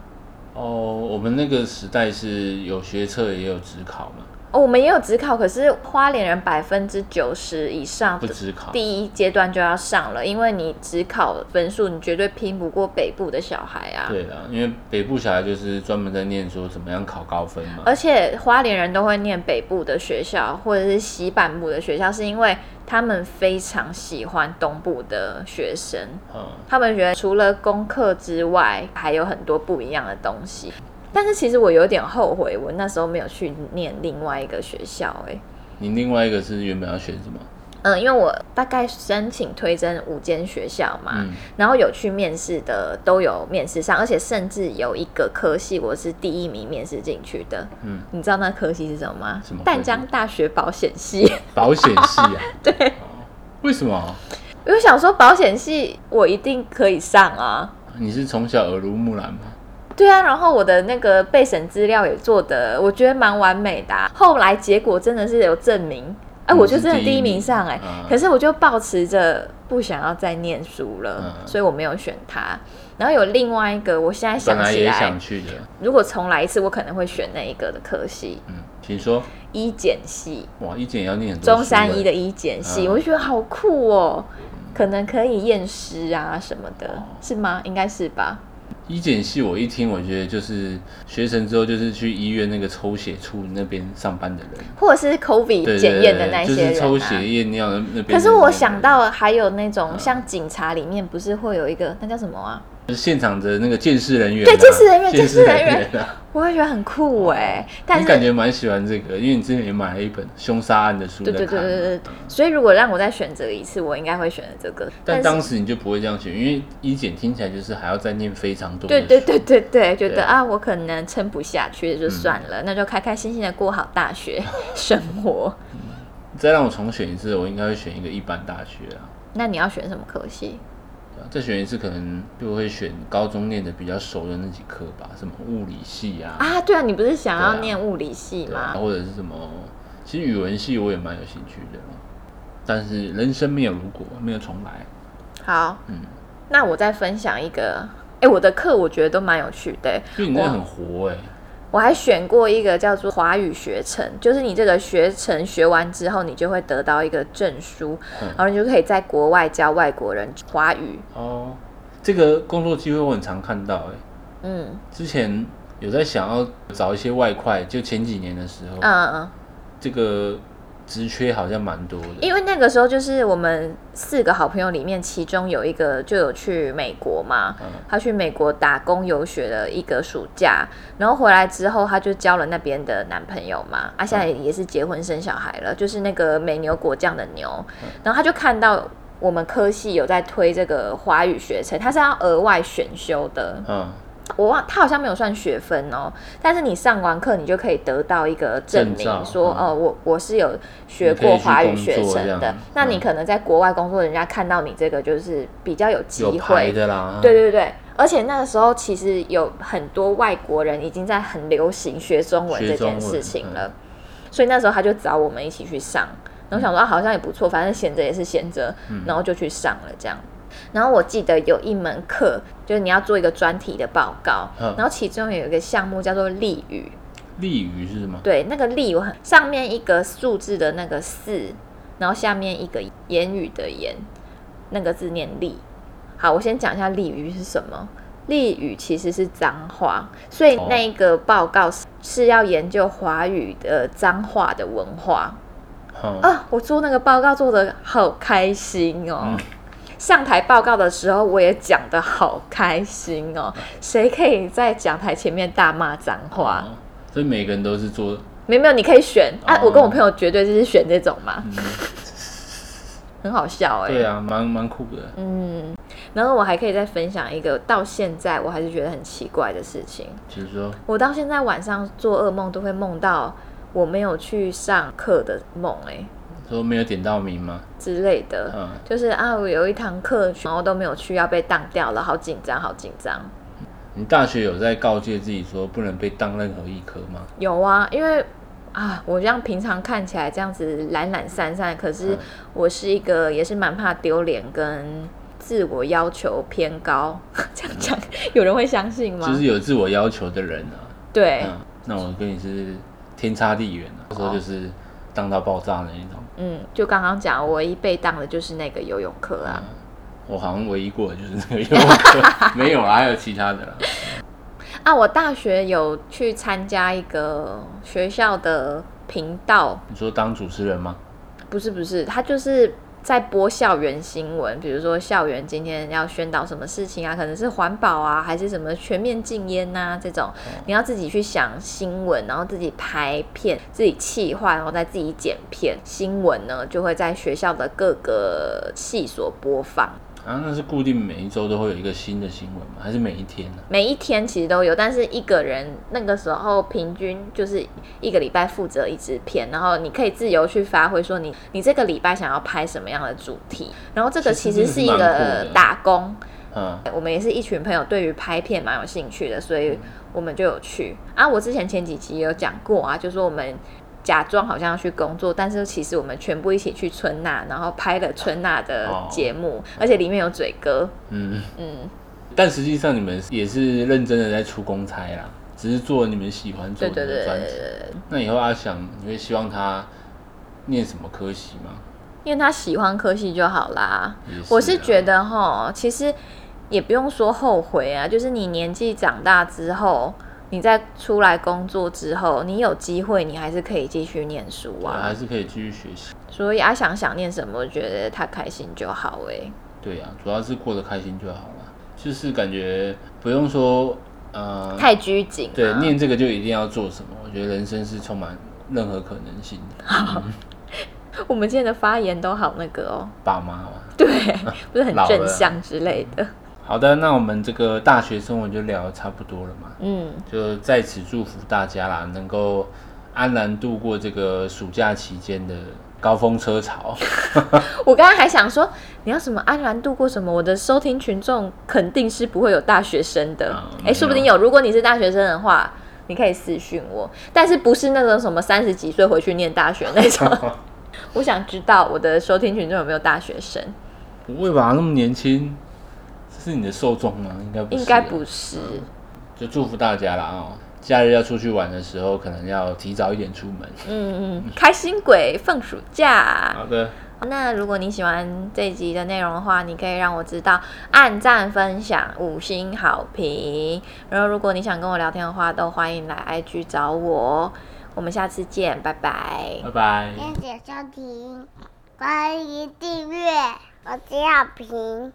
Speaker 3: 哦，我们那个时代是有学测也有职考嘛，
Speaker 2: 哦，我们也有职考，可是花莲人百分之九十以上
Speaker 3: 不职考。
Speaker 2: 第一阶段就要上了，因为你职考分数你绝对拼不过北部的小孩啊。
Speaker 3: 对啦，因为北部小孩就是专门在念说怎么样考高分嘛。
Speaker 2: 而且花莲人都会念北部的学校或者是西半部的学校，是因为他们非常喜欢东部的学生，
Speaker 3: 嗯，
Speaker 2: 他们觉得除了功课之外，还有很多不一样的东西。但是其实我有点后悔，我那时候没有去念另外一个学校、欸，
Speaker 3: 你另外一个是原本要选什么？
Speaker 2: 嗯，因为我大概申请推甄五间学校嘛，
Speaker 3: 嗯
Speaker 2: 然后有去面试的都有面试上，而且甚至有一个科系我是第一名面试进去的。
Speaker 3: 嗯，
Speaker 2: 你知道那科系是什么吗？
Speaker 3: 什么科系
Speaker 2: 淡江大学保险系。 <laughs> 因
Speaker 3: 保险系
Speaker 2: <laughs>
Speaker 3: 啊？对。为什么？
Speaker 2: 为我想说保险系我一定可以上啊。
Speaker 3: 你是从小耳濡目染吗？
Speaker 2: 对啊，然后我的那个备审资料也做的，我觉得蛮完美的啊、后来结果真的是有证明，哎、
Speaker 3: 嗯
Speaker 2: 我就真的
Speaker 3: 是第一
Speaker 2: 第一名
Speaker 3: 名
Speaker 2: 上哎、
Speaker 3: 嗯
Speaker 2: 可是我就抱持着不想要再念书了，
Speaker 3: 嗯
Speaker 2: 所以我没有选它。然后有另外一个，我现在
Speaker 3: 本
Speaker 2: 想
Speaker 3: 来
Speaker 2: 起
Speaker 3: 也
Speaker 2: 来，
Speaker 3: 想去的。
Speaker 2: 如果重来一次，我可能会选那一个的科系，
Speaker 3: 嗯，请说。
Speaker 2: 医检系，
Speaker 3: 哇，一检也要念很多
Speaker 2: 中山医的
Speaker 3: 书啊
Speaker 2: 医检系，
Speaker 3: 嗯
Speaker 2: 我就觉得好
Speaker 3: 哦
Speaker 2: 酷哦，可能可以验尸啊什么的，是吗？应该是吧。
Speaker 3: 欸医检系我一听，我觉得就是学成之后就是去医院那个抽血处那边上班的人，
Speaker 2: 或者是
Speaker 3: 对
Speaker 2: COVID
Speaker 3: 对
Speaker 2: 检验的
Speaker 3: 对
Speaker 2: 那
Speaker 3: 对，就
Speaker 2: 些
Speaker 3: 是
Speaker 2: 人、啊
Speaker 3: 抽血验尿的那边的人。嗯
Speaker 2: 可是我想到还有那种像警察里面不是会有一个那叫什么啊？
Speaker 3: 就是现场的那个鉴识人员啊，
Speaker 2: 对鉴识人员
Speaker 3: 鉴
Speaker 2: 鉴
Speaker 3: 识
Speaker 2: 识
Speaker 3: 人
Speaker 2: 人员
Speaker 3: 啊
Speaker 2: 我会觉得很酷哎、但
Speaker 3: 嗯你
Speaker 2: 是
Speaker 3: 感觉蛮喜欢这个，因为你之前也买了一本凶杀案的书在
Speaker 2: 对对
Speaker 3: 看嘛，
Speaker 2: 对对对，对所以如果让我再选择一次，我应该会选择这个。
Speaker 3: 但
Speaker 2: 是
Speaker 3: 当时你就不会这样选，因为一检听起来就是还要再念非常多的
Speaker 2: 对
Speaker 3: 书。
Speaker 2: 对对对对，觉
Speaker 3: 对嗯
Speaker 2: 得啊，我可能撑不下去就算了，那就开开心心的过好大学 <laughs> 生活。
Speaker 3: 再让我重选一次，我应该会选一个一般大学啊。
Speaker 2: 那你要选什么科系？
Speaker 3: 对啊再选一次，可能就会选高中念的比较熟的那几科吧，什么物理系啊，
Speaker 2: 啊，对啊，你不是想
Speaker 3: 对啊
Speaker 2: 要念物理系
Speaker 3: 对啊
Speaker 2: 吗？
Speaker 3: 或者是什么，其实语文系我也蛮有兴趣的，但是人生没有如果，没有重来。
Speaker 2: 好，
Speaker 3: 嗯
Speaker 2: 那我再分享一个，哎，我的课我觉得都蛮有趣的。
Speaker 3: 因为你真的
Speaker 2: 我
Speaker 3: 很活哎、
Speaker 2: 我还选过一个叫做华语学程，就是你这个学程学完之后，你就会得到一个证书，
Speaker 3: 嗯
Speaker 2: 然后你就可以在国外教外国人华语。
Speaker 3: 哦，这个工作机会我很常看到哎、
Speaker 2: 嗯
Speaker 3: 之前有在想要找一些外快，就前几年的时候，
Speaker 2: 嗯嗯嗯。
Speaker 3: 这个职缺好像蛮多的。
Speaker 2: 因为那个时候就是我们四个好朋友里面，其中有一个就有去美国嘛，
Speaker 3: 嗯
Speaker 2: 他去美国打工游学的一个暑假，然后回来之后他就交了那边的男朋友嘛，啊，现在也是结婚生小孩了，
Speaker 3: 嗯
Speaker 2: 就是那个美牛果酱的牛，然后他就看到我们科系有在推这个华语学程，他是要额外选修的，
Speaker 3: 嗯，
Speaker 2: 我忘他好像没有算学分哦，但是你上完课，你就可以得到一个证
Speaker 3: 证
Speaker 2: 明
Speaker 3: 照，
Speaker 2: 说
Speaker 3: 嗯
Speaker 2: 哦，我我是有学过华语学
Speaker 3: 你可以去工作
Speaker 2: 程
Speaker 3: 这样
Speaker 2: 的
Speaker 3: 嗯。
Speaker 2: 那你可能在国外工作，人家看到你这个就是比较有机
Speaker 3: 有牌
Speaker 2: 会。
Speaker 3: 的啦。嗯
Speaker 2: 对对对，而且那个时候其实有很多外国人已经在很流行学中文
Speaker 3: 学
Speaker 2: 这
Speaker 3: 中文嗯
Speaker 2: 件事情了，所以那时候他就找我们一起去上，然后想说、啊、好像也不错，反正闲着也是闲着，
Speaker 3: 嗯
Speaker 2: 然后就去上了这样。然后我记得有一门课，就是你要做一个专题的报告，
Speaker 3: 嗯
Speaker 2: 然后其中有一个项目叫做俚语，
Speaker 3: 利于是什么？
Speaker 2: 对，那个力我很上面一个数字的那个四，然后下面一个言语的言，那个字念力。好，我先讲一下俚语是什么。俚语其实是脏话，所以
Speaker 3: 哦
Speaker 2: 那个报告是是要研究华语的脏话的文化
Speaker 3: 嗯，
Speaker 2: 啊。我做那个报告做的好开心哦。
Speaker 3: 嗯
Speaker 2: 上台报告的时候，我也讲的好开心哦。谁可以在讲台前面大骂脏话？
Speaker 3: 哦所以每个人都是做，
Speaker 2: 没有没有，你可以选啊！
Speaker 3: 哦
Speaker 2: 我跟我朋友绝对就是选这种嘛，很好笑哎、
Speaker 3: 嗯对啊，蛮蛮酷的。
Speaker 2: 嗯，然后我还可以再分享一个到现在我还是觉得很奇怪的事情。
Speaker 3: 就是说，
Speaker 2: 我到现在晚上做噩梦都会梦到我没有去上课的梦哎、
Speaker 3: 说没有点到名吗？
Speaker 2: 之类的，
Speaker 3: 嗯
Speaker 2: 就是啊，我有一堂课然后都没有去，要被当掉了，好紧张，好紧张。
Speaker 3: 你大学有在告诫自己说不能被当任何一科吗？
Speaker 2: 有啊，因为啊，我这样平常看起来这样子懒懒散散，可是
Speaker 3: 嗯
Speaker 2: 我是一个也是蛮怕丢脸跟自我要求偏高， <laughs> 这样讲有人会相信吗？
Speaker 3: 就是有自我要求的人啊。
Speaker 2: 对，哦
Speaker 3: 嗯，那我跟你是天差地远啊，那时候就是当到爆炸的那种。
Speaker 2: 嗯，就刚刚讲，我唯一被当的就是那个游泳课啊。
Speaker 3: 嗯我好像唯一过的就是那个游泳课，没
Speaker 2: <laughs>
Speaker 3: 有啦，还有其他的啦。
Speaker 2: 啊，我大学有去参加一个学校的频道，
Speaker 3: 你说当主持人吗？
Speaker 2: 不是不是，他就是在播校园新闻，比如说校园今天要宣导什么事情啊，可能是环保啊，还是什么全面禁烟呐、这种，你要自己去想新闻，然后自己拍片，自己企划，然后再自己剪片。新闻呢就会在学校的各个系所播放。
Speaker 3: 啊，那是固定每一周都会有一个新的新闻吗？还是每一天呢、
Speaker 2: 每一天其实都有，但是一个人那个时候平均就是一个礼拜负责一支片，然后你可以自由去发挥，说你你这个礼拜想要拍什么样的主题，然后这个
Speaker 3: 其
Speaker 2: 其
Speaker 3: 实
Speaker 2: 实是一
Speaker 3: 真的是蛮酷
Speaker 2: 个
Speaker 3: 的
Speaker 2: 打工，
Speaker 3: 啊？
Speaker 2: 我们也是一群朋友，对于拍片蛮有兴趣的，所以我们就有去啊。我之前前几集也有讲过啊，就说我们假装好像要去工作，但是其实我们全部一起去春娜，然后拍了春娜的
Speaker 3: 哦
Speaker 2: 节目，而且里面有嘴哥，
Speaker 3: 嗯，
Speaker 2: 嗯。
Speaker 3: 但实际上你们也是认真的在出公差啦，只是做你们喜欢做
Speaker 2: 对对
Speaker 3: 的
Speaker 2: 对对
Speaker 3: 专
Speaker 2: 对
Speaker 3: 辑。
Speaker 2: 对，
Speaker 3: 那以后阿翔，你会希望他念什么科系吗？
Speaker 2: 因为他喜欢科系就好啦。
Speaker 3: 也是啊
Speaker 2: 我是觉得哈，其实也不用说后悔啊，就是你年纪长大之后，你再出来工作之后，你有机会，你还是可以继续念书
Speaker 3: 我
Speaker 2: 啊。
Speaker 3: 还是可以继续学习。
Speaker 2: 所以啊，想想念什么，我觉得他开心就好哎、
Speaker 3: 对呀、主要是过得开心就好了，就是感觉不用说呃，
Speaker 2: 太拘谨、啊。
Speaker 3: 对，念这个就一定要做什么。我觉得人生是充满任何可能性的。
Speaker 2: <laughs> 我们今天的发言都好那个哦，
Speaker 3: 爸妈嘛。 <laughs>
Speaker 2: 对，不是很
Speaker 3: 老了啊
Speaker 2: 正向之类的。
Speaker 3: 好的，那我们这个大学生活就聊得差不多了嘛。
Speaker 2: 嗯，
Speaker 3: 就在此祝福大家啦，能够安然度过这个暑假期间的高峰
Speaker 2: <laughs>
Speaker 3: 车潮。
Speaker 2: 我刚刚还想说，你要什么安然度过什么，我的收听群众肯定是不会有大学生的
Speaker 3: 啊。
Speaker 2: 哎、说不定有，如果你是大学生的话，你可以私讯我，但是不是那种什么三十几岁回去念大学那
Speaker 3: <laughs>
Speaker 2: 种。我想知道我的收听群众有没有大学生，
Speaker 3: 不会吧？那么年轻，这是你的受众吗？应该不是，啊
Speaker 2: 应该不。是。
Speaker 3: 就祝福大家啦哦！假日要出去玩的时候，可能要提早一点出门。
Speaker 2: 嗯嗯，开心鬼放暑假。
Speaker 3: 好的，
Speaker 2: 那如果你喜欢这一集的内容的话，你可以让我知道，按赞、分享、五星好评。然后，如果你想跟我聊天的话，都欢迎来 IG 找我。我们下次见，拜拜。
Speaker 3: 拜拜。
Speaker 1: 谢谢收听，欢迎订阅，我是小平。